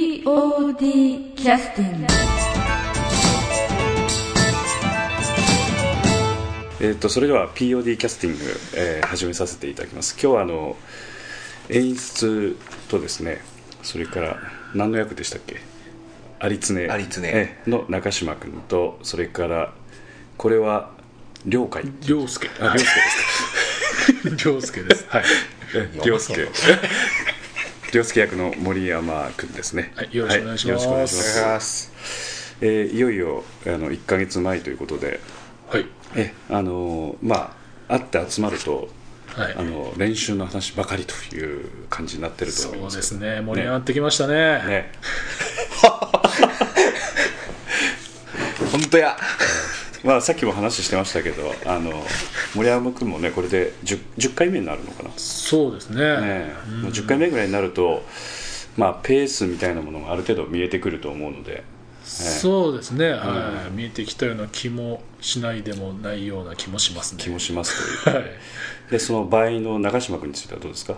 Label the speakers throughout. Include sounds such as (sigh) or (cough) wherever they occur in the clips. Speaker 1: POD キャスティング
Speaker 2: えっとそれでは POD キャスティング、えー始めさせていただきます今日はあの演出とですねそれから何の役でしたっけ有常
Speaker 3: 有常
Speaker 2: ええの中島君とそれからこれは涼介
Speaker 4: 涼
Speaker 3: (laughs)
Speaker 4: 介
Speaker 2: あ涼介
Speaker 4: 涼介ですはい、
Speaker 2: です涼 (laughs) 介涼介役の森山君ですね、
Speaker 4: はいよろしくお願いします
Speaker 2: はよろくお願い
Speaker 3: お願いします
Speaker 2: えーいよいよあの1か月前ということで
Speaker 4: はい
Speaker 2: えあのーまあ会って集まると、
Speaker 4: はい
Speaker 2: あの練習の話ばかりという感じになってると
Speaker 4: そう
Speaker 2: 思います
Speaker 4: で
Speaker 2: けど
Speaker 4: すね盛り上がってきましたね (laughs)
Speaker 2: ね
Speaker 3: 本当や
Speaker 2: (laughs) まあさっきも話してましたけどあの森山君もねこれで 10, 10回目になるのかな、ね
Speaker 4: そうですね
Speaker 2: もう10回目ぐらいになるとまあペースみたいなものもある程度見えてくると思うので
Speaker 4: そうですね、はい見えてきたような気もしないでもないような気もしますね
Speaker 2: 気も
Speaker 4: し
Speaker 2: しますと
Speaker 4: (laughs) は
Speaker 2: いう
Speaker 4: い
Speaker 2: でその倍の中島君についてはどうですか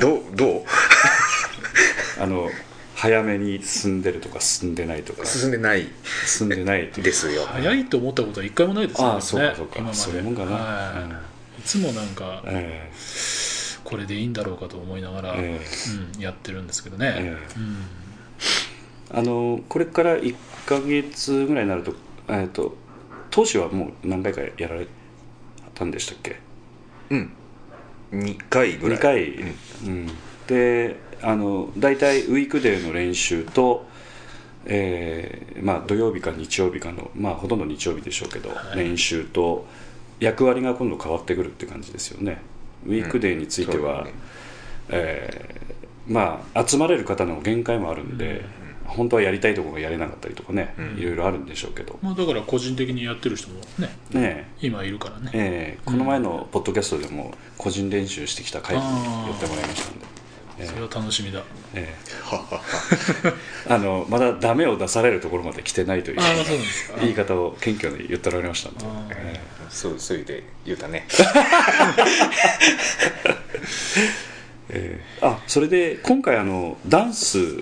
Speaker 3: どうどう
Speaker 2: あの早めに進んでるとか進んでないと
Speaker 4: (laughs)
Speaker 2: か
Speaker 3: 進んでない
Speaker 2: 進んでないという
Speaker 3: ですよ
Speaker 4: 早いと思ったことは一回もないですね
Speaker 2: ああそうかそうか
Speaker 4: 今まで
Speaker 2: そういうもんかな
Speaker 4: はい
Speaker 2: うん
Speaker 4: いつもなんか
Speaker 2: え
Speaker 4: これでいいんだろうかと思いながら、
Speaker 2: え
Speaker 4: うん、やってるんですけど
Speaker 2: ええ
Speaker 4: ね、
Speaker 2: え
Speaker 4: うん、
Speaker 2: あのこれから1か月ぐらいになると,、えー、と当時はもう何回かやられたんでしたっけ
Speaker 3: うん2回ぐらい
Speaker 2: 2回、うんであの大体ウィークデーの練習と、えーまあ、土曜日か日曜日かの、まあ、ほとんど日曜日でしょうけど、
Speaker 4: はい
Speaker 2: 練習と役割が今度変わってくるって感じですよねウィークデーについては、
Speaker 3: うんそうだね
Speaker 2: えーまあ集まれる方の限界もあるんで、本当はやりたいところがやれなかったりとかね、いろいろあるんでしょうけど、
Speaker 4: まあ、だから個人的にやってる人もね
Speaker 2: ね
Speaker 4: 今いるからね
Speaker 2: ええーこの前のポッドキャストでも個人練習してきた回に寄ってもらいましたんで、
Speaker 4: それは楽しみだ、
Speaker 2: ええ (laughs) あのまだダメを出されるところまで来てないという
Speaker 4: ああそうなんですか
Speaker 2: 言い方を謙虚に言っておられましたので
Speaker 4: あー
Speaker 2: え
Speaker 3: そうそれで言うたね
Speaker 2: ええあそれで今回あのダンスう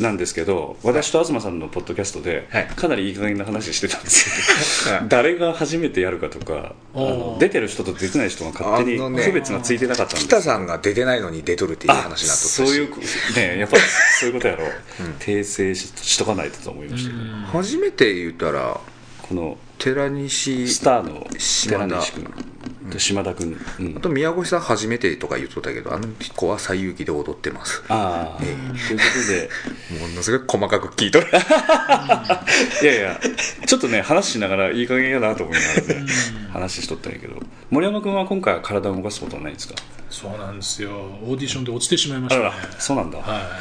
Speaker 2: なんですけど私と東さんのポッドキャストで、
Speaker 3: はい
Speaker 2: かなりいい加減な話してたんですけど誰が初めてやるかとかあの
Speaker 4: おー
Speaker 2: 出てる人と出てない人が勝手に
Speaker 3: あのね
Speaker 2: 区別がついてなかったんです
Speaker 3: 北さんが出てないのに出とるっていう話になっとったし
Speaker 2: そういうこねやっぱりそういうことやろう、訂正ししとかないとと思いましたけど、
Speaker 4: うん
Speaker 3: 初めて言うたら
Speaker 2: この
Speaker 3: 寺西
Speaker 2: スターの
Speaker 3: 島
Speaker 2: 寺
Speaker 3: 田
Speaker 2: 西君と島田君、うん
Speaker 3: あと宮越さん初めてとか言っとったけどあの子は西遊記で踊ってます
Speaker 2: ああというこ
Speaker 3: ものすごい細かく聞いとる
Speaker 2: とでいやいやちょっとね話しながらいい加減やなと思いながらね話しとったんやけど森山君は今回は体を動かすことはないんですか
Speaker 4: そうなんですよオーディションで落ちてしまいま
Speaker 2: あ
Speaker 4: し
Speaker 2: ら
Speaker 4: たね
Speaker 2: らそうなんだ、
Speaker 4: は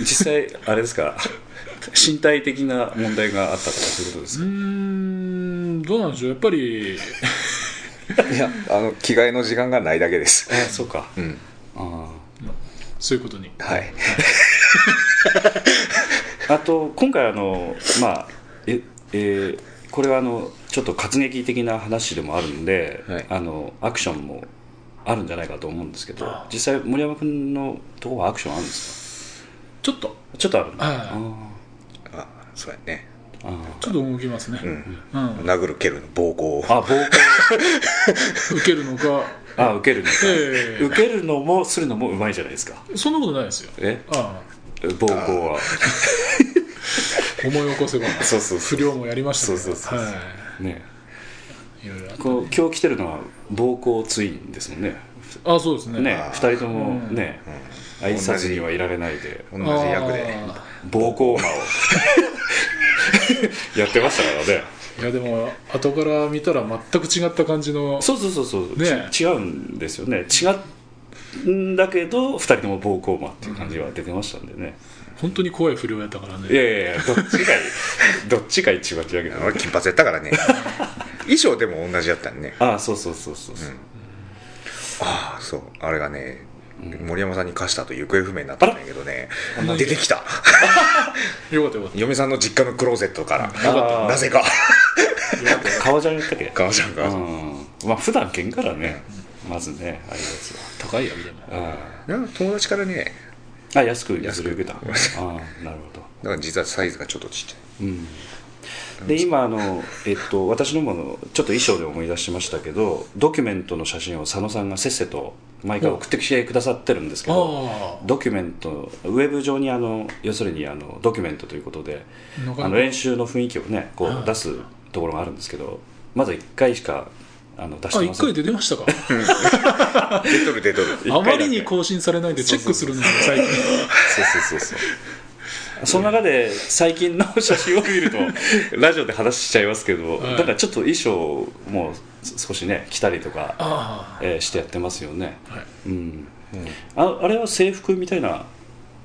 Speaker 4: い
Speaker 2: 実際あれですか (laughs) 身体的な問題があったとかそういうことです
Speaker 4: う
Speaker 2: か、
Speaker 4: ーんどうなんでしょうやっぱり (laughs)
Speaker 3: いやあの着替えの時間がないだけです
Speaker 2: あそうか、
Speaker 3: うん
Speaker 2: あ
Speaker 4: そういうことに
Speaker 3: はい
Speaker 2: ああと今回あのまあええーこれはあのちょっと活劇的な話でもあるんで、
Speaker 3: はい
Speaker 2: あのアクションもあるんじゃないかと思うんですけど
Speaker 4: ああ
Speaker 2: 実際森山君のところはアクションあるんです
Speaker 4: ちょっと
Speaker 2: かちょっとあるの
Speaker 4: はい
Speaker 3: あそうやね
Speaker 2: あああ
Speaker 4: ちょっと動きますね、
Speaker 3: ん
Speaker 4: うん
Speaker 3: 殴る蹴るの暴行
Speaker 2: ああ暴行
Speaker 4: 受けるのか
Speaker 2: あ受けるのか、
Speaker 4: ええ
Speaker 2: 受けるのもするのもうまいじゃないですか
Speaker 4: そんなことないですよ
Speaker 2: え
Speaker 4: ああ
Speaker 2: 暴行は
Speaker 4: 思い起こせば
Speaker 3: そうそうそう
Speaker 4: 不良もやりましたけど
Speaker 3: そうそうそう
Speaker 4: は
Speaker 2: ね
Speaker 4: いいろいろあった
Speaker 2: こう今日来てるのは暴行ツインですもんね
Speaker 4: あそうですね
Speaker 2: ね
Speaker 3: ああ
Speaker 2: 2人ともね、挨拶にはいられないで
Speaker 3: 同じ役で
Speaker 4: あ
Speaker 2: 暴行魔を (laughs) やってましたからね
Speaker 4: あいやでも後から見たら全く違った感じの
Speaker 2: そうそうそうそう、
Speaker 4: ね
Speaker 2: ち違うんですよね違うんだけど2人とも暴行魔っていう感じは出てましたんでね、
Speaker 4: 本当に怖い不良やったからね
Speaker 2: いやいやい (laughs) やどっちがいいどっちが一番違うけど
Speaker 3: 俺金髪やったからね (laughs) 衣装でも同じやったんね
Speaker 2: ああそうそうそうそうそう、
Speaker 3: ああそうあれがね森山さんに貸したと行方不明になったんだけどね出てきた
Speaker 4: よかったよかっ
Speaker 3: 嫁さんの実家のクローゼットから
Speaker 2: あー (laughs)
Speaker 3: なぜか
Speaker 2: 革ジャンやったっけ
Speaker 3: ガオちゃん
Speaker 2: う
Speaker 3: が
Speaker 2: んまあ普段けんからねまずねああいうやつは
Speaker 4: た高いやみたいな
Speaker 2: あ
Speaker 3: なんか友達からね
Speaker 2: あ安く譲り受けたああなるほど
Speaker 3: だから実はサイズがちょっとちっち
Speaker 2: うんで今あの、えっと、私のものちょっと衣装で思い出しましたけどドキュメントの写真を佐野さんがせっせと毎回送ってきてくださってるんですけど
Speaker 4: あ
Speaker 2: ドキュメントウェブ上にあの要するにあのドキュメントということで
Speaker 4: あなか
Speaker 2: あ
Speaker 4: な
Speaker 2: の
Speaker 4: か
Speaker 2: 練習の雰囲気をねこ
Speaker 4: は
Speaker 2: う
Speaker 4: い
Speaker 2: 出すところがあるんですけどまだ1回しかあの出し
Speaker 4: あ
Speaker 2: てま
Speaker 4: 一
Speaker 2: せん
Speaker 4: 回で出ましたか
Speaker 3: ゃい出とる出とる
Speaker 4: あまりに更新されないでチェックするんです
Speaker 3: (laughs)
Speaker 4: よ最近
Speaker 3: そうそうそうそう
Speaker 2: その中で最近の写真を見
Speaker 3: (laughs)
Speaker 2: るとラジオで話しちゃいますけど、
Speaker 4: はい
Speaker 2: なんかちょっと衣装も少しね着たりとか、
Speaker 4: あ
Speaker 2: えーしてやってますよね、
Speaker 4: あはい
Speaker 2: うん、ああれは制服みたいな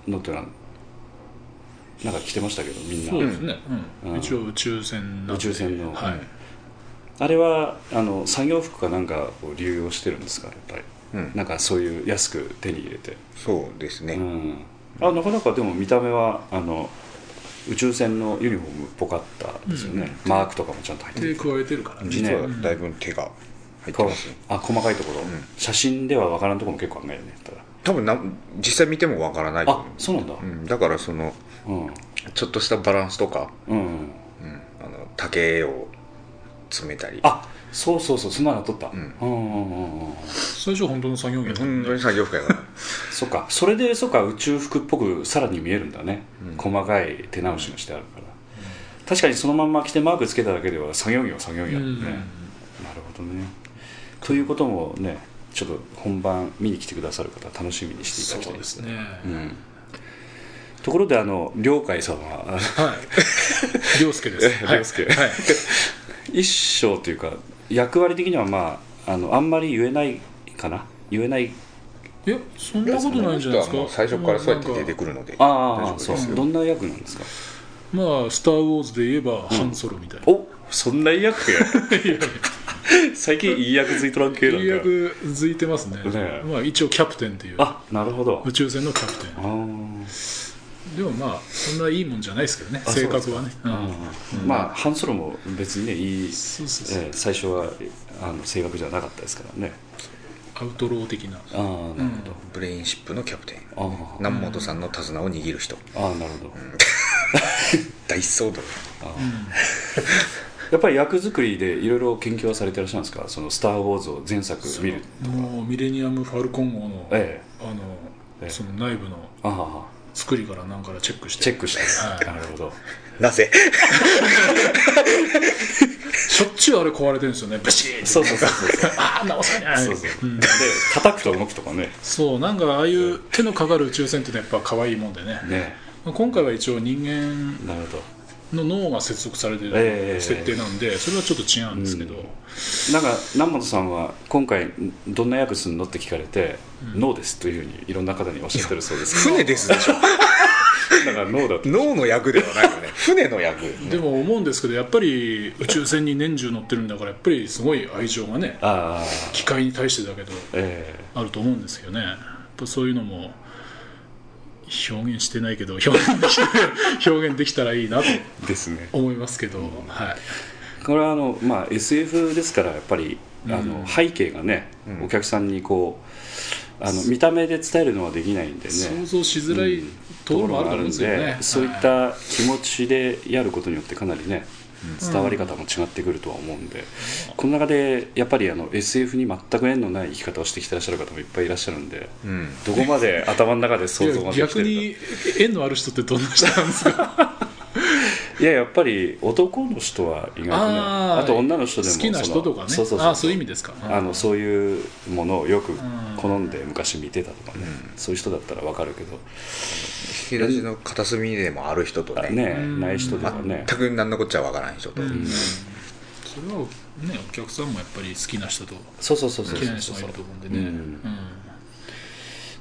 Speaker 2: のってのはなんか着てましたけどみんな、
Speaker 4: そうですね、
Speaker 2: うん
Speaker 4: うん一応宇宙船なんで
Speaker 2: 宇宙船の
Speaker 4: はい、
Speaker 2: あれはあの作業服かなんかを流用してるんですかやっぱり、
Speaker 3: うん
Speaker 2: なんかそういう安く手に入れて、
Speaker 3: そうですね、
Speaker 2: うん、あなかなかでも見た目はあの宇宙船のユニフォームっぽかったですよね、マークとかもちゃんと入ってて
Speaker 4: 手加えてるからね
Speaker 3: 実はだいぶ手が入ってますよ
Speaker 2: あ細かいところ、写真では分からんところも結構考えるねたら
Speaker 3: 多分な実際見てもわからないと思
Speaker 2: あそうなんだ
Speaker 3: う、うん、だからその
Speaker 2: うん
Speaker 3: ちょっとしたバランスとか、
Speaker 2: うん
Speaker 3: うん、あの竹を詰めたり
Speaker 2: あそうそうそうそんなの撮った、うんうんうんうんうん
Speaker 4: 最初は本当の作業着だったん
Speaker 3: 本
Speaker 4: で
Speaker 3: 当に作業服 (laughs) やから
Speaker 2: そっかそれでそっか宇宙服っぽくさらに見えるんだね、
Speaker 3: うん
Speaker 2: 細かい手直しがしてあるから、確かにそのまんま着てマークつけただけでは作業着は作業着だもんね、
Speaker 4: うん
Speaker 2: なるほどねということもねちょっと本番見に来てくださる方楽しみにしていただきた
Speaker 4: そう
Speaker 2: い
Speaker 4: ですね、
Speaker 2: うん、ところであの良海さんは (laughs)
Speaker 4: はい涼介です
Speaker 2: 涼介
Speaker 4: はい、はい
Speaker 2: (laughs) 一生というか役割的にはまああのあんまり言えないかな言えない
Speaker 4: いやそんなことないんじゃないです
Speaker 3: その人はも
Speaker 4: か
Speaker 3: う最初からそうやって出て
Speaker 4: る
Speaker 3: くるので
Speaker 2: あ
Speaker 3: 大
Speaker 2: あ
Speaker 3: 丈
Speaker 2: そ
Speaker 3: 夫です
Speaker 2: う
Speaker 3: よ
Speaker 2: どんな役なんですか
Speaker 4: まあ「スター・ウォーズ」で言えばハンソロみたいな、
Speaker 2: おそんないい役や (laughs) 最近いい役ついとらん系なんだ
Speaker 4: いい役続いてますね
Speaker 2: ねえ
Speaker 4: まあ、一応キャプテンっていう
Speaker 2: あなるほど
Speaker 4: 宇宙船のキャプテ
Speaker 2: あー
Speaker 4: ンでもまあそんないいもんじゃないですけどね
Speaker 2: あそう
Speaker 4: 性
Speaker 2: ですか
Speaker 4: 格はねう
Speaker 2: あ
Speaker 4: ん
Speaker 2: ーまあハンソロも別にねいい、え
Speaker 4: そうそうそう
Speaker 2: ー最初はあの性格じゃなかったですからね
Speaker 4: アウトロー的な
Speaker 2: ああなるほど、
Speaker 3: ブレインシップのキャプテン
Speaker 2: あー
Speaker 3: 南本さんの手綱を握る人
Speaker 2: あーなるほど、
Speaker 3: 大騒動
Speaker 2: やっぱり役作りでいろいろ研究はされてらっしゃるんですかその「スター・ウォーズ」を前作見る
Speaker 4: もうミレニアム・ファルコン号の、
Speaker 2: え
Speaker 4: あの、
Speaker 2: ええ
Speaker 4: その内部の
Speaker 2: えああ
Speaker 4: 作りからなんからチェックして
Speaker 2: チェックして、
Speaker 4: はい
Speaker 2: なるほど
Speaker 3: なぜ
Speaker 4: しょっちゅうあれ壊れてるんですよねブシーッ
Speaker 2: そうそうそうそう (laughs) そう
Speaker 4: ああ直さない
Speaker 2: そうそう、で叩くと動くとかね
Speaker 4: そうなんかああいう手のかかる宇宙船ってのはやっぱ可愛いもんでね
Speaker 2: ね
Speaker 4: 今回は一応人間
Speaker 2: なるほど
Speaker 4: の脳が接続されて
Speaker 2: え
Speaker 4: る
Speaker 2: え
Speaker 4: 設定なんで、それはちょっと違うんですけど、
Speaker 2: うんなんか南本さんは今回どんな役するのって聞かれて「ノーです」というふうにいろんな方におっしゃってるそうです
Speaker 3: 船ですでしょ
Speaker 2: だから「ノーだと
Speaker 3: (laughs) 脳の役ではないよね船の役
Speaker 4: でも思うんですけどやっぱり宇宙船に年中乗ってるんだからやっぱりすごい愛情がね
Speaker 2: ああ
Speaker 4: 機械に対してだけど
Speaker 2: え
Speaker 4: あると思うんですよねやっぱそういうのも表現してないけど表現でき (laughs) 表現できたらいいなと
Speaker 2: えですね
Speaker 4: 思いますけど、はい
Speaker 2: これはあの、まあ、SF ですからやっぱりあの、
Speaker 4: うん
Speaker 2: 背景がね、
Speaker 3: うん
Speaker 2: お客さんにこうあの見た目で伝えるのはできないんで
Speaker 4: 想
Speaker 2: ね
Speaker 4: 像しづらいところもあるからですよね、
Speaker 2: ところがあるんでそういった気持ちでやることによってかなりね伝わり方も違ってくるとは思うんで、この中でやっぱりあの SF に全く縁のない生き方をしてきてらっしゃる方もいっぱいいらっしゃるんで、
Speaker 3: うん
Speaker 2: どこまで頭の中で想像が
Speaker 4: い
Speaker 2: で
Speaker 4: や
Speaker 2: きて
Speaker 4: 逆
Speaker 2: る
Speaker 4: に縁のある人ってどんな人なんで
Speaker 2: (laughs)
Speaker 4: すか
Speaker 2: かいややっぱり男の人は意外とね
Speaker 4: あ
Speaker 2: あ
Speaker 4: ー
Speaker 2: と女の人でも
Speaker 4: 好きな
Speaker 2: そ
Speaker 4: 人
Speaker 2: の
Speaker 4: とかね
Speaker 2: そうそう
Speaker 4: あ
Speaker 2: そ
Speaker 4: ー
Speaker 2: う
Speaker 4: そういう意味ですか
Speaker 2: あのそういうものをよく
Speaker 4: ん
Speaker 2: 好んで昔見てたとかね、そういう人だったらわかるけど、
Speaker 3: 引き出しの片隅にでもある人とね
Speaker 2: ね
Speaker 4: ん
Speaker 2: ない人ではね
Speaker 3: 全く何のこっちゃわからん人と、
Speaker 4: うんそれはねお客さんもやっぱり好きな人と
Speaker 2: そうそうそうそう
Speaker 4: 嫌いな人
Speaker 2: そう
Speaker 4: がいると思うんで
Speaker 2: う
Speaker 4: ね
Speaker 2: ん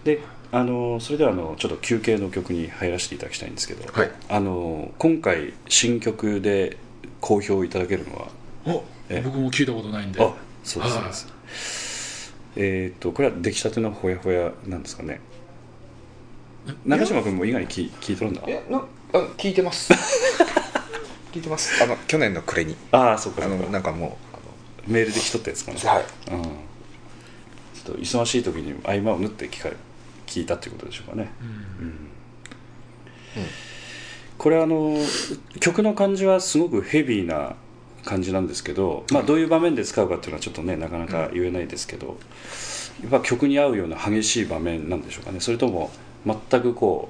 Speaker 2: であのそれではあのちょっと休憩の曲に入らせていただきたいんですけど、
Speaker 3: はい
Speaker 2: あの今回新曲で好評いただけるのは
Speaker 4: うんお
Speaker 2: ええ
Speaker 4: 僕も聞いたことないんで
Speaker 2: あそうです
Speaker 4: はい
Speaker 2: そうですえっとこれは出来たてのほやほやなんですかね中島君も以外に聞い聞いとるんだ
Speaker 3: えなあ聞いてます (laughs) 聞いてますあの去年の暮れに
Speaker 2: ああそうか
Speaker 3: あ
Speaker 2: そ
Speaker 3: の
Speaker 2: うか
Speaker 3: なんかもう
Speaker 2: メールで来とったやつかな
Speaker 3: あのはい
Speaker 2: うん、ちょっと忙しい時に合間を縫って聞か聞聞いたっていうことでしょうかね、
Speaker 4: うん
Speaker 2: うんこれあの曲の感じはすごくヘビーな感じなんですけど、まあ、どういう場面で使うかっていうのはちょっとねなかなか言えないですけど、やっぱ曲に合うような激しい場面なんでしょうかねそれとも全くこ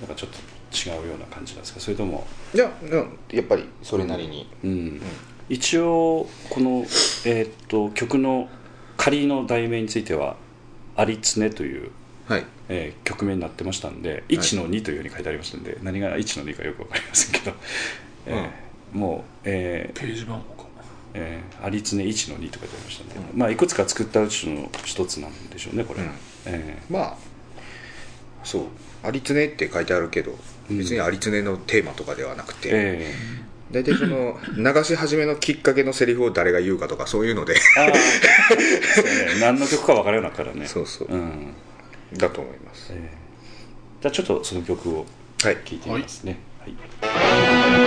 Speaker 2: うなんかちょっと違うような感じなんですかそれとも、
Speaker 3: じゃあ、うん、やっぱりそれなりに、
Speaker 2: うん一応この、えーっと曲の仮の題名については「ありつね」という
Speaker 3: はい
Speaker 2: えー曲名になってましたんで1の2というふうに書いてありましたんで、何が1の2かよく分かりませんけど、 (laughs) えーもう、えー
Speaker 4: ページ番号か
Speaker 2: えー、ありつね1の2と書いてありましたんで、まあ、いくつか作ったうちの一つなんでしょうねこれ、
Speaker 3: うん
Speaker 2: え
Speaker 3: まあそう「ありつね」って書いてあるけど
Speaker 2: うん
Speaker 3: 別にありつねのテーマとかではなく
Speaker 2: ー
Speaker 3: て、
Speaker 2: え
Speaker 3: 大体その流し始めのきっかけのセリフを誰が言うかとかそういうので
Speaker 2: ー、ああ、そう
Speaker 3: (laughs)
Speaker 2: ね、何の曲か分からなからね
Speaker 3: そうそう
Speaker 2: うん
Speaker 3: だと思います
Speaker 2: えーじゃあちょっとその曲を
Speaker 3: はい
Speaker 2: 聴いてみますね、はい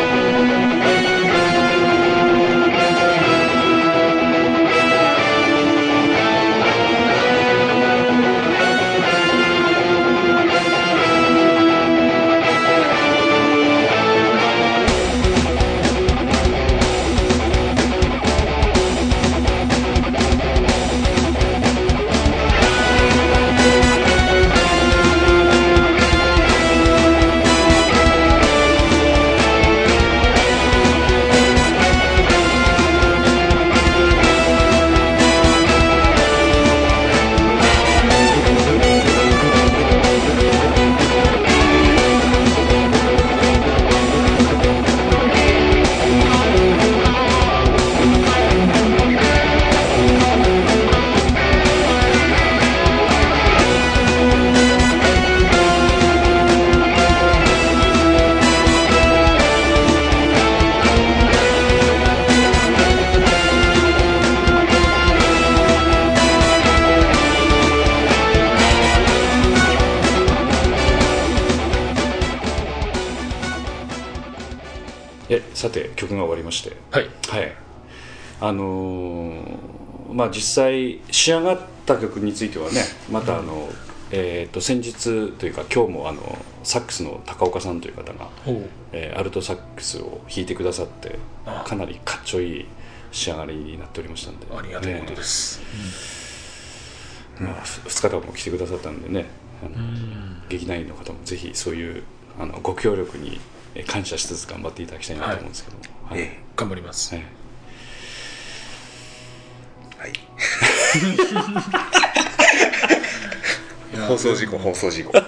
Speaker 2: えさて曲が終わりまして
Speaker 4: はい
Speaker 2: はいあのーまあ実際仕上がった曲についてはねまたあの、えー、と先日というか今日もあのサックスの高岡さんという方が、
Speaker 4: ほう
Speaker 2: えーアルトサックスを弾いてくださって
Speaker 4: あ
Speaker 2: かなりかっちょいい仕上がりになっておりましたんで、
Speaker 4: ありがたいことですす、
Speaker 2: ねまあ、2日間も来てくださったんでねあの
Speaker 4: うん
Speaker 2: 劇団員の方もぜひそういうあのご協力にえー感謝しつつ頑張っていただきたいなと思うんですけども、はい
Speaker 3: え
Speaker 4: 頑張ります、
Speaker 2: はい
Speaker 3: えはい
Speaker 4: いや
Speaker 3: 放送事故放送事故
Speaker 4: いや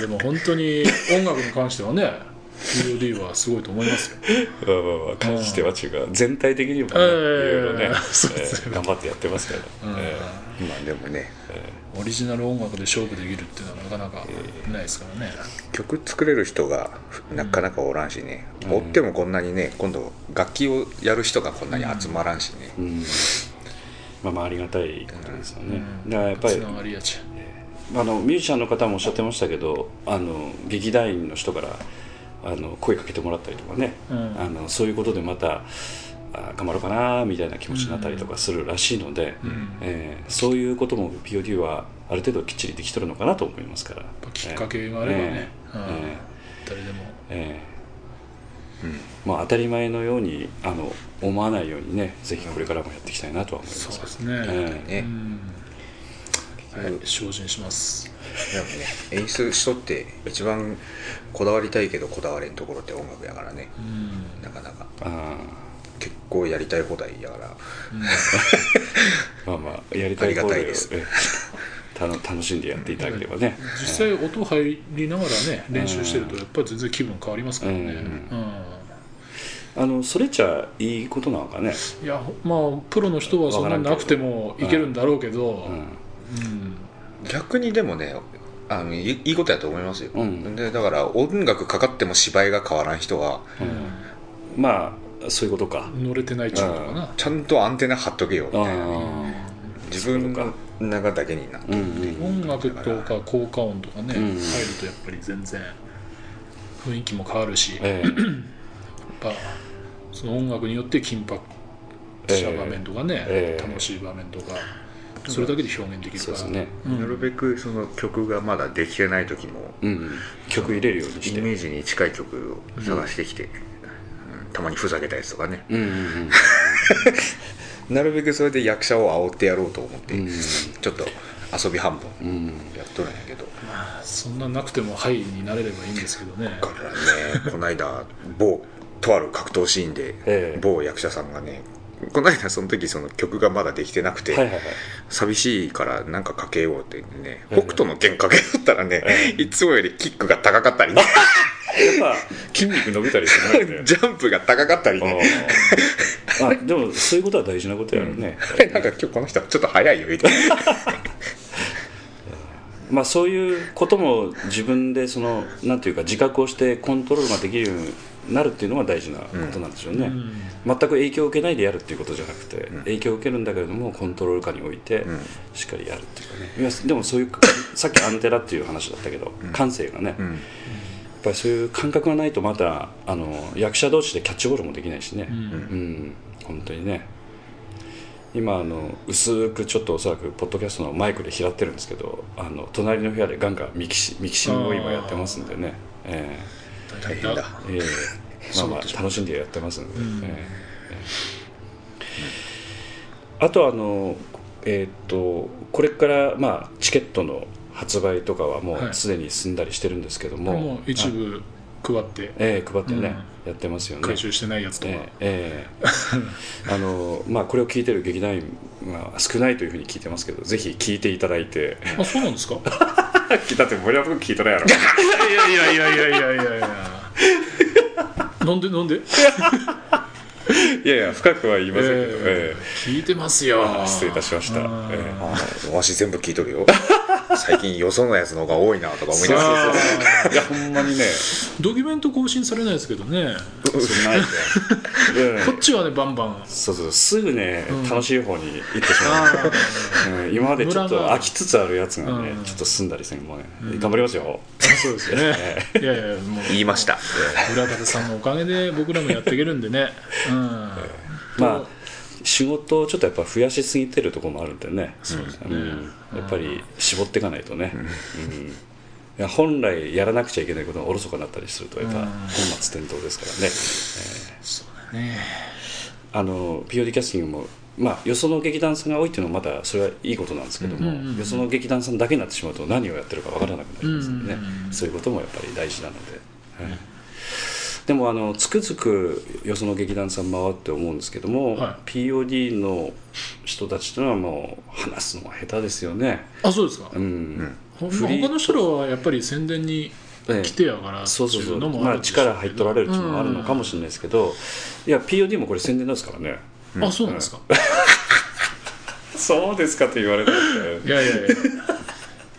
Speaker 4: でも本当に音楽に関してはね POD はすごいと思いますよ
Speaker 2: まあまあまあ感じては違う全体的にもねい
Speaker 4: ええ
Speaker 2: ろい (laughs) ろね、え
Speaker 4: そうです
Speaker 2: ー頑張ってやってますから、
Speaker 4: うん
Speaker 2: (laughs) え
Speaker 3: まあでもね
Speaker 4: オリジナル音楽で勝負できるっていうのはなかなかないですからね、
Speaker 3: 曲作れる人がなかなかおらんしね、持ってもこんなにね今度楽器をやる人がこんなに集まらんしね、
Speaker 2: ーうんまあまあありがたいことですよね、
Speaker 4: うん
Speaker 2: だからやっぱり
Speaker 4: つながりやちゃ
Speaker 2: あのミュージシャンの方もおっしゃってましたけどあの劇団員の人からあの声かけてもらったりとかね、
Speaker 4: うん
Speaker 2: あのそういうことでまたあ頑張ろうかなみたいな気持ちになったりとかするらしいので、
Speaker 4: ん
Speaker 2: えーそういうことも POD はある程度きっちりできとるのかなと思いますから
Speaker 4: うきっかけがあればね、
Speaker 2: えー
Speaker 4: うん
Speaker 2: えー
Speaker 4: 誰でも
Speaker 2: え
Speaker 3: うん
Speaker 2: ーまあ、当たり前のようにあの思わないようにねぜひこれからもやっていきたいなとは思いますけ
Speaker 4: そうで
Speaker 2: ど
Speaker 4: すね、
Speaker 2: え
Speaker 3: ね
Speaker 4: うんはい、精進します
Speaker 3: でもね演出しとって一番こだわりたいけどこだわれんところって音楽やからね
Speaker 4: うん、
Speaker 3: なかなか
Speaker 2: あー
Speaker 3: 結構やりたい放題やから
Speaker 2: まあまあやりたいこと
Speaker 3: ありがたいです
Speaker 2: たの楽しんでやっていただければね、
Speaker 4: 実際音入りながらね練習してるとやっぱり全然気分変わりますからね、
Speaker 2: うん
Speaker 4: う
Speaker 2: あのそれじゃいいことなのかね、
Speaker 4: んいやまあプロの人はそんななくてもいけるんだろうけ
Speaker 2: う
Speaker 4: ど、
Speaker 2: ん
Speaker 4: うん
Speaker 3: 逆にでもねあのいいいいことやと思いますよ、
Speaker 2: うん
Speaker 3: でだから音楽かかっても芝居が変わらん人は
Speaker 2: まあそういうことか、
Speaker 4: 乗れてないっちゅうのかな、
Speaker 3: ちゃんとアンテナ張っとけよみたいな
Speaker 2: あ
Speaker 3: 自分の中だけにな
Speaker 2: あうんうん
Speaker 4: 音楽とか効果音とか
Speaker 2: うん
Speaker 4: ね、入るとやっぱり全然雰囲気も変わるし、やっ
Speaker 2: ええ
Speaker 4: ぱその音楽によって緊迫した場面とかね、
Speaker 2: ええ
Speaker 4: 楽しい場面とかそれだけで表現できるか
Speaker 2: そう
Speaker 4: ら
Speaker 2: ですね
Speaker 3: なるべくその曲がまだできてない時も
Speaker 2: うん曲入れるようにし
Speaker 3: イ
Speaker 2: て
Speaker 3: メージに近い曲を探してきて、うんたまにふざけたやつとかね
Speaker 2: うんうんうん
Speaker 3: なるべくそれで役者を煽ってやろうと思って、
Speaker 2: うん
Speaker 3: ちょっと遊び半分
Speaker 2: うん
Speaker 3: やっとるんやけど、
Speaker 4: そんななくてもハイになれればいいんですけどね
Speaker 3: だからねこの間某とある格闘シーンで、
Speaker 2: ええ
Speaker 3: 某役者さんがねこの間その時その曲がまだできてなくて、
Speaker 2: はいはいはい
Speaker 3: 寂しいからなんかかけようって言ってね北斗の剣かけよったらね、いつもよりキックが高かったりね
Speaker 2: やっぱ筋肉伸びたりしてないんだよね
Speaker 3: ジャンプが高かったりね
Speaker 2: (laughs) あーあでもそういうことは大事なことやろうね、
Speaker 3: なんか今日この人ちょっと早いよみたいな
Speaker 2: まあ、そういうことも自分でそのなんていうか自覚をしてコントロールができるようになるっていうのが大事なことなんでしょうね、
Speaker 4: ん
Speaker 2: 全く影響を受けないでやるっていうことじゃなくて、影響を受けるんだけれどもコントロール下に置いて
Speaker 3: ん
Speaker 2: しっかりやるっていうかねいやでもそういうさっきアンテナっていう話だったけど、感性がね、やっぱりそういう感覚がないとまたあの役者同士でキャッチボールもできないしね、
Speaker 4: うん
Speaker 2: うん、本当にね今あの薄くちょっとおそらくポッドキャストのマイクで拾ってるんですけどあの隣の部屋でガンガンミキシミキシングを今やってますんでねえ
Speaker 3: 大変だ
Speaker 4: (laughs)
Speaker 2: えええまあまあ
Speaker 4: そうですね
Speaker 2: 楽しんでやってますんで、
Speaker 4: ん
Speaker 2: ええええあとあのえーっとこれからまあチケットの発売とかはも
Speaker 4: は
Speaker 2: う
Speaker 4: い
Speaker 2: すでに済んだりしてるんですけども、
Speaker 4: もう一
Speaker 2: あ
Speaker 4: 部配って
Speaker 2: ええ配ってね、
Speaker 4: うん
Speaker 2: やってますよね
Speaker 4: 回収してないやつとか、
Speaker 2: (laughs) ええええあのまあこれを聞いてる劇団員が少ないというふうに聞いてますけどぜひ聞いていただいて
Speaker 4: あそうなんですか
Speaker 2: (laughs) だって森山君聞 (laughs) いてないやろ
Speaker 4: いやいやいやいやいやいやいやなんでなんで、
Speaker 2: いやいや深くは言いませんけど、え
Speaker 4: えー聞いてますよ
Speaker 2: え失礼いたしました、え
Speaker 4: あー
Speaker 2: え
Speaker 3: あーわし全部聞いとるよ最近よそのやつの方が多いなとか思いなが
Speaker 4: あ
Speaker 3: ら
Speaker 4: ー
Speaker 2: いやほんまにね
Speaker 4: ドキュメント更新されないですけどね
Speaker 2: そんないで、
Speaker 4: こっちはねバンバン
Speaker 2: そうそうすぐね、
Speaker 4: ん
Speaker 2: 楽しい方に行ってしまう、うん今までちょっ
Speaker 4: ム
Speaker 2: と
Speaker 4: ラが
Speaker 2: 飽きつつあるやつがね、
Speaker 4: うん
Speaker 2: ちょっと済んだりせんもんね、頑張りますよ
Speaker 4: そうですよねいやいやもう
Speaker 3: 言いました
Speaker 4: 浦方さんのおかげで僕らもやっていけるんでね、うん、
Speaker 2: まあ仕事をちょっとやっぱ増やしすぎてるところもあるんでねうんやっぱり絞っていかないとね、うんいや本来やらなくちゃいけないことがおろそかになったりするとやっぱ
Speaker 4: うん
Speaker 2: 本末転倒ですからね、
Speaker 4: ね
Speaker 2: あの POD キャスティングもまあよその劇団さんが多いっていうのはまだそれはいいことなんですけども、
Speaker 4: うんうんうん
Speaker 2: よその劇団さんだけになってしまうと何をやってるかわからなくなりますのでね、
Speaker 4: うんうんうん
Speaker 2: そういうこともやっぱり大事なので、はいでもあのつくづくよその劇団さん回って思うんですけども、
Speaker 4: は
Speaker 2: POD の人たちというのはもう話すのが下手ですよね、
Speaker 4: あそうですか、
Speaker 2: うん
Speaker 4: ほん
Speaker 2: フリー
Speaker 4: 他の人らはやっぱり宣伝に
Speaker 2: ええ
Speaker 4: 来てやから
Speaker 2: そうそうそう
Speaker 4: っていのも
Speaker 2: ま
Speaker 4: ある
Speaker 2: あ、
Speaker 4: んでしょうけど
Speaker 2: 力入っとられるっていうのもあるのかもしれないですけど、いや POD もこれ宣伝なんですからね
Speaker 4: あそうなんですか、
Speaker 2: そうですかと言われて、
Speaker 4: いやいやいやや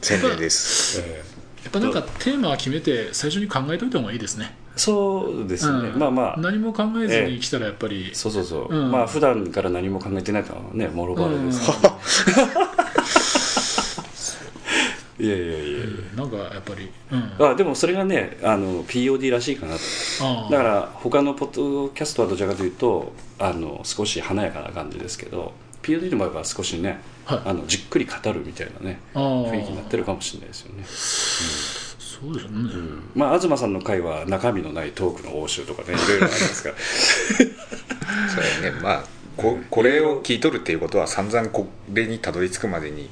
Speaker 3: 宣伝です
Speaker 2: ええ
Speaker 4: っぱなん
Speaker 2: (laughs)
Speaker 4: かテーマは決めて最初に考えといた方がいいですね
Speaker 2: そうですね、
Speaker 4: うん
Speaker 2: まあまあ
Speaker 4: 何も考えずに来たらやっぱり、
Speaker 2: そうそうそう、
Speaker 4: うん
Speaker 2: まあ普段から何も考えてないからねもろバレです、いやいやいやい
Speaker 4: うんなんかやっぱり、うん、
Speaker 2: やあでもそれがねあの POD らしいかなと
Speaker 4: あ
Speaker 2: だから他のポッドキャストはどちらかというとあの少し華やかな感じですけど POD の場合は少しね、
Speaker 4: はい
Speaker 2: あのじっくり語るみたいなね
Speaker 4: あー
Speaker 2: 雰囲気になってるかもしれないですよね、
Speaker 4: そうですよね、
Speaker 2: まあ東さんの回は中身のないトークの応酬とかね
Speaker 4: (laughs)
Speaker 2: いろいろありますから
Speaker 3: それねまあここれを聞いとるっていうことは散々これにたどり着くまでに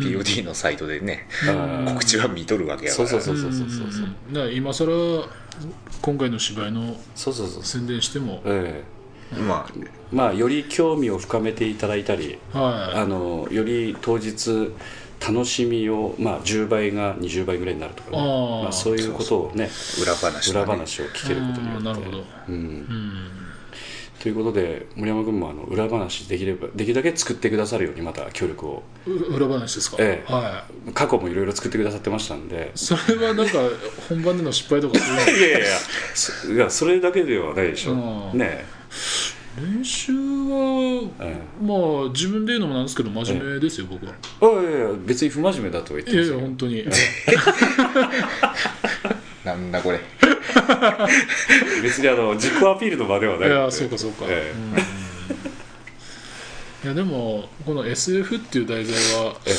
Speaker 3: POD のサイトでね、
Speaker 2: うん
Speaker 3: 告知は見とるわけやか
Speaker 2: そう
Speaker 3: ら
Speaker 2: そうそうそうそ
Speaker 4: ん
Speaker 2: うそうそうん
Speaker 4: だから今更今回の芝居の
Speaker 2: そうそうそう
Speaker 4: 宣伝しても、
Speaker 2: え
Speaker 3: まあ
Speaker 2: えまあより興味を深めていただいたり
Speaker 4: は
Speaker 2: あのより当日楽しみを、まあ、10倍が20倍ぐらいになるとか、ね
Speaker 4: あー
Speaker 2: まあ、そういうことをね
Speaker 3: 裏話と
Speaker 2: 裏
Speaker 3: かね
Speaker 2: 話を聞
Speaker 4: い
Speaker 2: けることによっ
Speaker 4: うん
Speaker 2: て。
Speaker 4: なるほど、
Speaker 2: うん
Speaker 4: うん
Speaker 2: ということで森山君もあの裏話できればできるだけ作ってくださるようにまた協力を
Speaker 4: う裏話ですか、
Speaker 2: ええ
Speaker 4: は
Speaker 2: 過去もいろいろ作ってくださってましたんで
Speaker 4: いそれはなんか本番での失敗とかするの
Speaker 2: いやいやいやそいや (laughs) それだけではないでしょ、
Speaker 4: うん
Speaker 2: ね
Speaker 4: 練習は、
Speaker 2: え
Speaker 4: まあ自分で言うのもなんですけど真面目ですよ、僕は
Speaker 2: えあいやいや別に不真面目だとは言って
Speaker 4: い
Speaker 2: ま
Speaker 4: や
Speaker 2: す
Speaker 4: い
Speaker 2: よ
Speaker 4: や本当
Speaker 2: (laughs)
Speaker 4: に
Speaker 3: なんだこれ
Speaker 2: 別にあの自己アピールの場ではない
Speaker 4: いやそうかそうか
Speaker 2: ええ
Speaker 4: いやでもこの SF っていう題材は
Speaker 2: え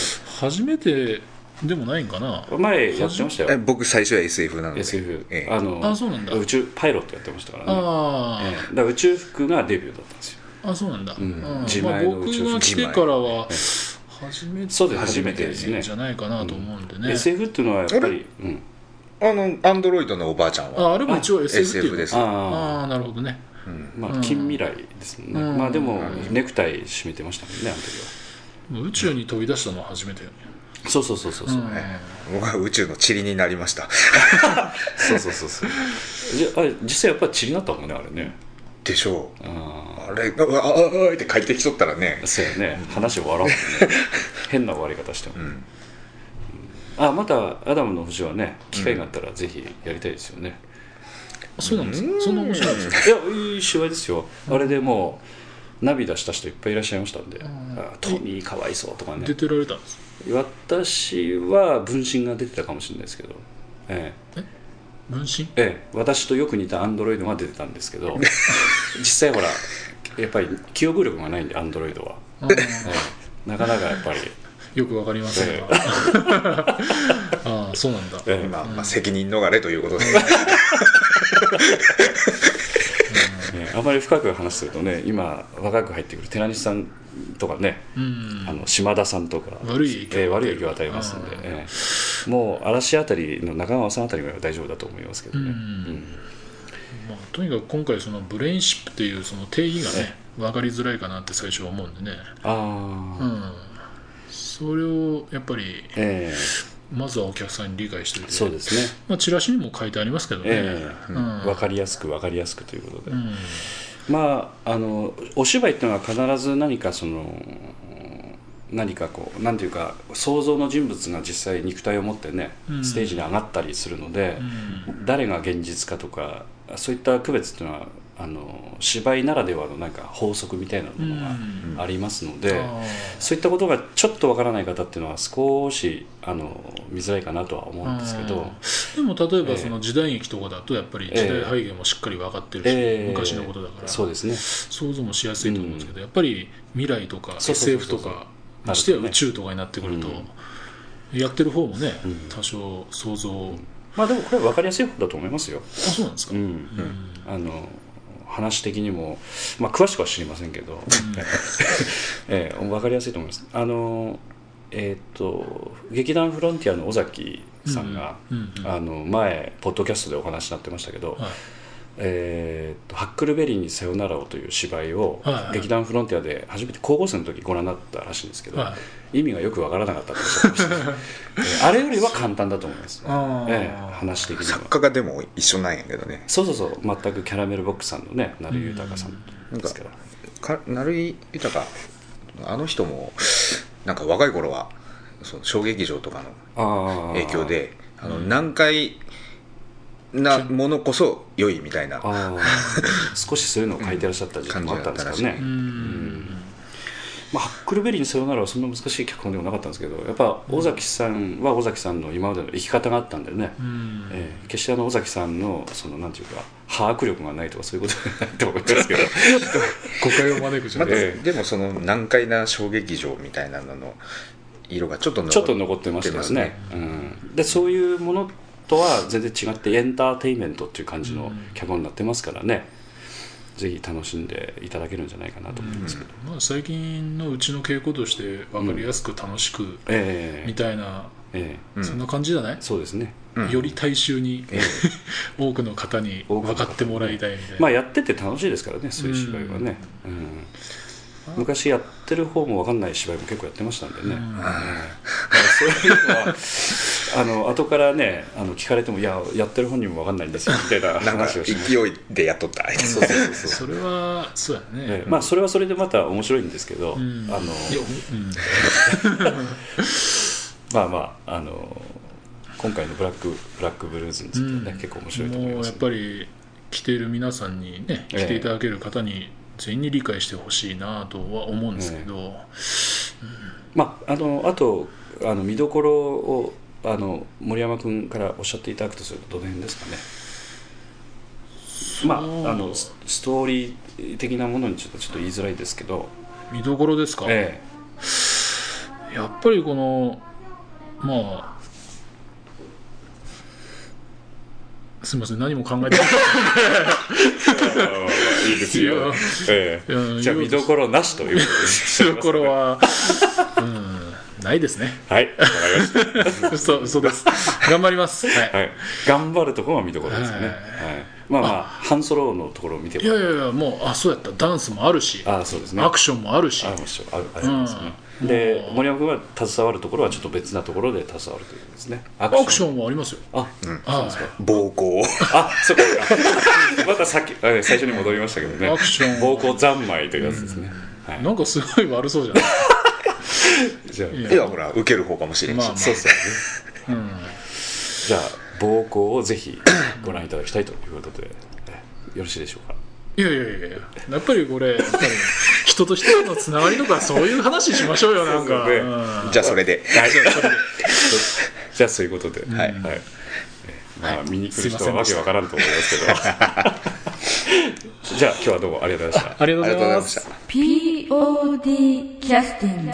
Speaker 4: 初めてでもないんかな
Speaker 2: 前やってました
Speaker 3: え
Speaker 2: よ
Speaker 3: 僕最初は SF なので
Speaker 2: SF、
Speaker 3: ええ
Speaker 2: あの
Speaker 4: あそうなんだ
Speaker 2: 宇宙パイロットやってましたからね
Speaker 4: あ
Speaker 2: え
Speaker 4: あ
Speaker 2: え、だから宇宙服がデビューだったんですよ
Speaker 4: あそうなんだ、
Speaker 2: ん
Speaker 4: まあ、僕
Speaker 2: 自前の宇宙
Speaker 4: が来てからは初め
Speaker 2: そうで
Speaker 4: て
Speaker 2: す初めてですね
Speaker 4: じゃないかなと思うんでね、
Speaker 2: SF っていうのはやっぱ
Speaker 3: あ
Speaker 2: り、うん、
Speaker 3: あのアンドロイドのおばあちゃんは
Speaker 4: ああれも一応 SF ってい
Speaker 3: SF
Speaker 4: うの
Speaker 3: です
Speaker 2: ああ
Speaker 4: ああなるほどね
Speaker 2: ま
Speaker 4: う
Speaker 2: あ
Speaker 4: ん
Speaker 2: 近未来ですもんね、
Speaker 4: うん
Speaker 2: まあでもネクタイ締めてましたもんねあの時は
Speaker 4: もう宇宙に飛び出したのは初めてよね、
Speaker 2: そうそうそうそうそう、
Speaker 4: うん
Speaker 3: 僕は宇宙の塵になりました
Speaker 2: そうそうそうそうじゃあれ実際やっぱりチリになったもんねあれね
Speaker 3: でしょう
Speaker 2: あ
Speaker 3: あれが「あああああ」って帰ってきとったらね
Speaker 2: あそうやね話を笑うもんね変な終わり方しても、
Speaker 3: ん
Speaker 2: あまたアダムの星はね機会があったらぜひやりたいですよね、
Speaker 4: そうなんですかそんな面白いんですか
Speaker 2: いやいい芝居ですよあれでもう涙した人いっぱいいらっしゃいましたんで「
Speaker 4: ん
Speaker 2: あトミーかわいそう」とかね
Speaker 4: 出てられたんです
Speaker 2: 私は分身が出てたかもしれないですけど、ええ
Speaker 4: 分身
Speaker 2: ええ、私とよく似たアンドロイドが出てたんですけ
Speaker 4: (laughs)
Speaker 2: ど実際ほらやっぱり記憶力がないんでアンドロイドは、
Speaker 4: あ
Speaker 2: え
Speaker 4: ー
Speaker 2: えなかなかやっぱり、
Speaker 4: よくわかりませんが (laughs) ああそうなんだ
Speaker 2: ええ
Speaker 3: まあ、まあ責任逃れとい
Speaker 2: (laughs)
Speaker 3: うことで
Speaker 2: ええあまり深く話するとね今若く入ってくる寺西さんとかね
Speaker 4: うん
Speaker 2: あの島田さんとか
Speaker 4: 悪い影響
Speaker 2: ええ悪い影響を与えますんで、
Speaker 4: あー
Speaker 2: ええもう嵐あたりの中川さんあたりは大丈夫だと思いますけど
Speaker 4: うん
Speaker 2: ね、
Speaker 4: まあ、とにかく今回そのブレインシップっていうその定義がね分かりづらいかなって最初は思うんでね、
Speaker 2: あ
Speaker 4: う
Speaker 2: あ、
Speaker 4: ん、それをやっぱり
Speaker 2: ええ
Speaker 4: まずはお客さんに理解しておいて
Speaker 2: そうですね
Speaker 4: まあ、チラシにも書いてありますけどね、
Speaker 2: ええ
Speaker 4: うん
Speaker 2: 分かりやすく分かりやすくということで、
Speaker 4: うん
Speaker 2: まああのお芝居っていうのは必ず何かその何かこう何ていうか想像の人物が実際肉体を持ってね
Speaker 4: うん
Speaker 2: ステージに上がったりするので
Speaker 4: う、ん
Speaker 2: 誰が現実かとかそういった区別っていうのはあの芝居ならではのなんか法則みたいなもの
Speaker 4: うん
Speaker 2: がありますので。
Speaker 4: ああ
Speaker 2: そういったことがちょっとわからない方っていうのは少しあの見づらいかなとは思うんですけど、
Speaker 4: うんでも例えばその時代劇とかだとやっぱり時代背景もしっかり分かってるし、
Speaker 2: ええ
Speaker 4: 昔のことだから、
Speaker 2: そうですね
Speaker 4: 想像もしやすいと思うんですけど、やっぱり未来とか
Speaker 2: そうそうそう
Speaker 4: SF
Speaker 2: そう
Speaker 4: とかましては宇宙とかになってくると、やってる方もね、多少想像、
Speaker 2: まあでもこれは分かりやすい方だと思いますよ、
Speaker 4: あそうなんですか、
Speaker 2: う
Speaker 4: うん
Speaker 2: ん、あの話的にも、まあ、詳しくは知りませんけど、 (laughs) ええ分かりやすいと思いますあのえっ、と劇団フロンティアの尾崎さんが、
Speaker 4: うんうん
Speaker 2: あの前ポッドキャストでお話になってましたけど、
Speaker 4: はい
Speaker 2: えーと「ハックルベリーにさよならを」という芝居を、
Speaker 4: はいはい
Speaker 2: 劇団フロンティアで初めて高校生の時ご覧になったらしいんですけど、
Speaker 4: は
Speaker 2: 意味がよくわからなかったとおっしゃってました
Speaker 4: (laughs)
Speaker 2: ね、えーあれよりは簡単だと思います、
Speaker 4: あー
Speaker 2: ええ話的には
Speaker 3: 作家がでも一緒なんやけどね
Speaker 2: そうそうそう全くキャラメルボックスさんのね成井豊さんですから、
Speaker 3: か成井豊あの人もなんか若い頃はその小劇場とかの
Speaker 2: ああ
Speaker 3: 影響であの難解なものこそ良いみたいな
Speaker 2: ああ少しそういうのを書いてらっしゃった時期もあったんですか
Speaker 3: うん感じだっ
Speaker 2: ね
Speaker 3: たらしい、
Speaker 4: うん
Speaker 2: まあ、ハックルベリーにさよならはそんな難しい脚本でもなかったんですけどやっぱ尾崎さんは尾崎さんの今までの生き方があったんだよね、
Speaker 4: うん
Speaker 2: ええ決してあの尾崎さんのそのなんていうか把握力がないとかそういうことじゃないと思いますけど
Speaker 4: 誤解を招くじ
Speaker 3: ま
Speaker 4: ゃな
Speaker 3: あ
Speaker 4: いです
Speaker 2: え
Speaker 4: か、
Speaker 2: え
Speaker 3: でもその難解な小劇場みたいなのの色がちょっと残
Speaker 2: ちょっと残ってましたよねうん、でそういうものとは全然違ってエンターテインメントっていう感じの脚本になってますからね、ぜひ楽しんでいただけるんじゃないかなと思いますけど、
Speaker 4: まあ、最近のうちの傾向として分かりやすく楽しく
Speaker 2: え
Speaker 4: み
Speaker 2: え
Speaker 4: たいな、
Speaker 2: え
Speaker 3: うん
Speaker 4: そんな感じじゃない、
Speaker 2: そうですね
Speaker 3: うん
Speaker 4: より大衆に、
Speaker 3: え
Speaker 4: (laughs) 多くの方に
Speaker 2: 多
Speaker 4: 分
Speaker 2: くの方
Speaker 4: かってもらいたいみたいな、
Speaker 2: まあやってて楽しいですからねそういう芝居はね、うん昔やってる方も分かんない芝居も結構やってましたんでね、
Speaker 4: うん
Speaker 2: (laughs) そういうのはあの後からねあの聞かれても「いややってる本人も分かんないんですよ」みたいな
Speaker 3: なんか
Speaker 2: 話をし (laughs)
Speaker 3: 勢
Speaker 2: て
Speaker 3: いでやっとったあいつ
Speaker 2: そうそうそうそう
Speaker 4: それはそうやね、
Speaker 2: ええまあそれはそれでまた面白いんですけど、
Speaker 4: うん
Speaker 2: あの
Speaker 4: いやうん
Speaker 2: まあまああの今回のブラック「ブラックブルーズ」についてはね、
Speaker 4: うん
Speaker 2: 結構面白いと思い
Speaker 4: も
Speaker 2: ま
Speaker 4: う
Speaker 2: す
Speaker 4: やっぱり来ている皆さんにね
Speaker 2: ええ
Speaker 4: 来ていただける方に全員に理解してほしいなとは思うんですけど、
Speaker 2: まあ、あのあとあの見どころをあの森山君からおっしゃっていただくとするとどの辺ですかねまああのスストーリー的なものにちょっとちょっと言いづらいですけど
Speaker 4: 見どころですか、
Speaker 2: え
Speaker 4: やっぱりこのまあすみません何も考えてない
Speaker 2: え、いいです
Speaker 4: い
Speaker 2: よ
Speaker 4: や、
Speaker 2: え
Speaker 4: うん
Speaker 2: え、じゃあ見どころなしということです
Speaker 4: ところは、うん、ないですね。
Speaker 2: はいわかりました
Speaker 4: 嘘、嘘です。頑張ります。はい。
Speaker 2: はい、頑張るところは見どころですよね、
Speaker 4: は
Speaker 2: はいいまあまあハンソロのところを見て
Speaker 4: い
Speaker 2: も
Speaker 4: やいやいや、もう、あ、そうやった。ダンスもあるし、
Speaker 2: ああそうですね
Speaker 4: アクションもあるし
Speaker 2: あ、もうしょあありますね、で森山君が携わるところはちょっと別なところで携わるということですねア
Speaker 4: アクシ
Speaker 2: ョン
Speaker 4: ョンもありますよ。
Speaker 2: あ、
Speaker 4: はい
Speaker 2: (laughs)
Speaker 3: 暴行
Speaker 2: あそっかまたさっきあ最初に戻りましたけどね
Speaker 4: アクション
Speaker 2: 暴行三昧というやつですね、はい
Speaker 4: なんかすごい悪そうじゃない
Speaker 2: じゃあ
Speaker 4: いや
Speaker 3: いやほら受ける方かもしれんし、
Speaker 4: まあまあ
Speaker 3: そうそう
Speaker 2: じゃあ暴行をぜひご覧いただきたいということでえよろしいでしょうか
Speaker 4: いやいやいやいや、やっぱりこれ、やっぱり人と人とのつながりとか、そういう話しましょうよ、なんか。
Speaker 2: そうですね
Speaker 4: うん
Speaker 3: じゃあそれで
Speaker 2: 大丈夫 (laughs) じゃあそういうことで、はいはいえまあ、見に来
Speaker 4: すい
Speaker 2: る
Speaker 4: ま
Speaker 2: 人
Speaker 4: せん
Speaker 2: はわけわからんと思います
Speaker 4: (laughs)
Speaker 2: けどじゃあ今日はどうもありがとうございました
Speaker 4: ありが
Speaker 3: あ
Speaker 4: と
Speaker 3: り
Speaker 4: う
Speaker 3: が
Speaker 4: ご
Speaker 3: とう
Speaker 4: ざ
Speaker 3: ご
Speaker 4: い
Speaker 3: ざい
Speaker 4: ま
Speaker 3: まし
Speaker 4: す
Speaker 1: POD
Speaker 3: た。
Speaker 1: キャスティング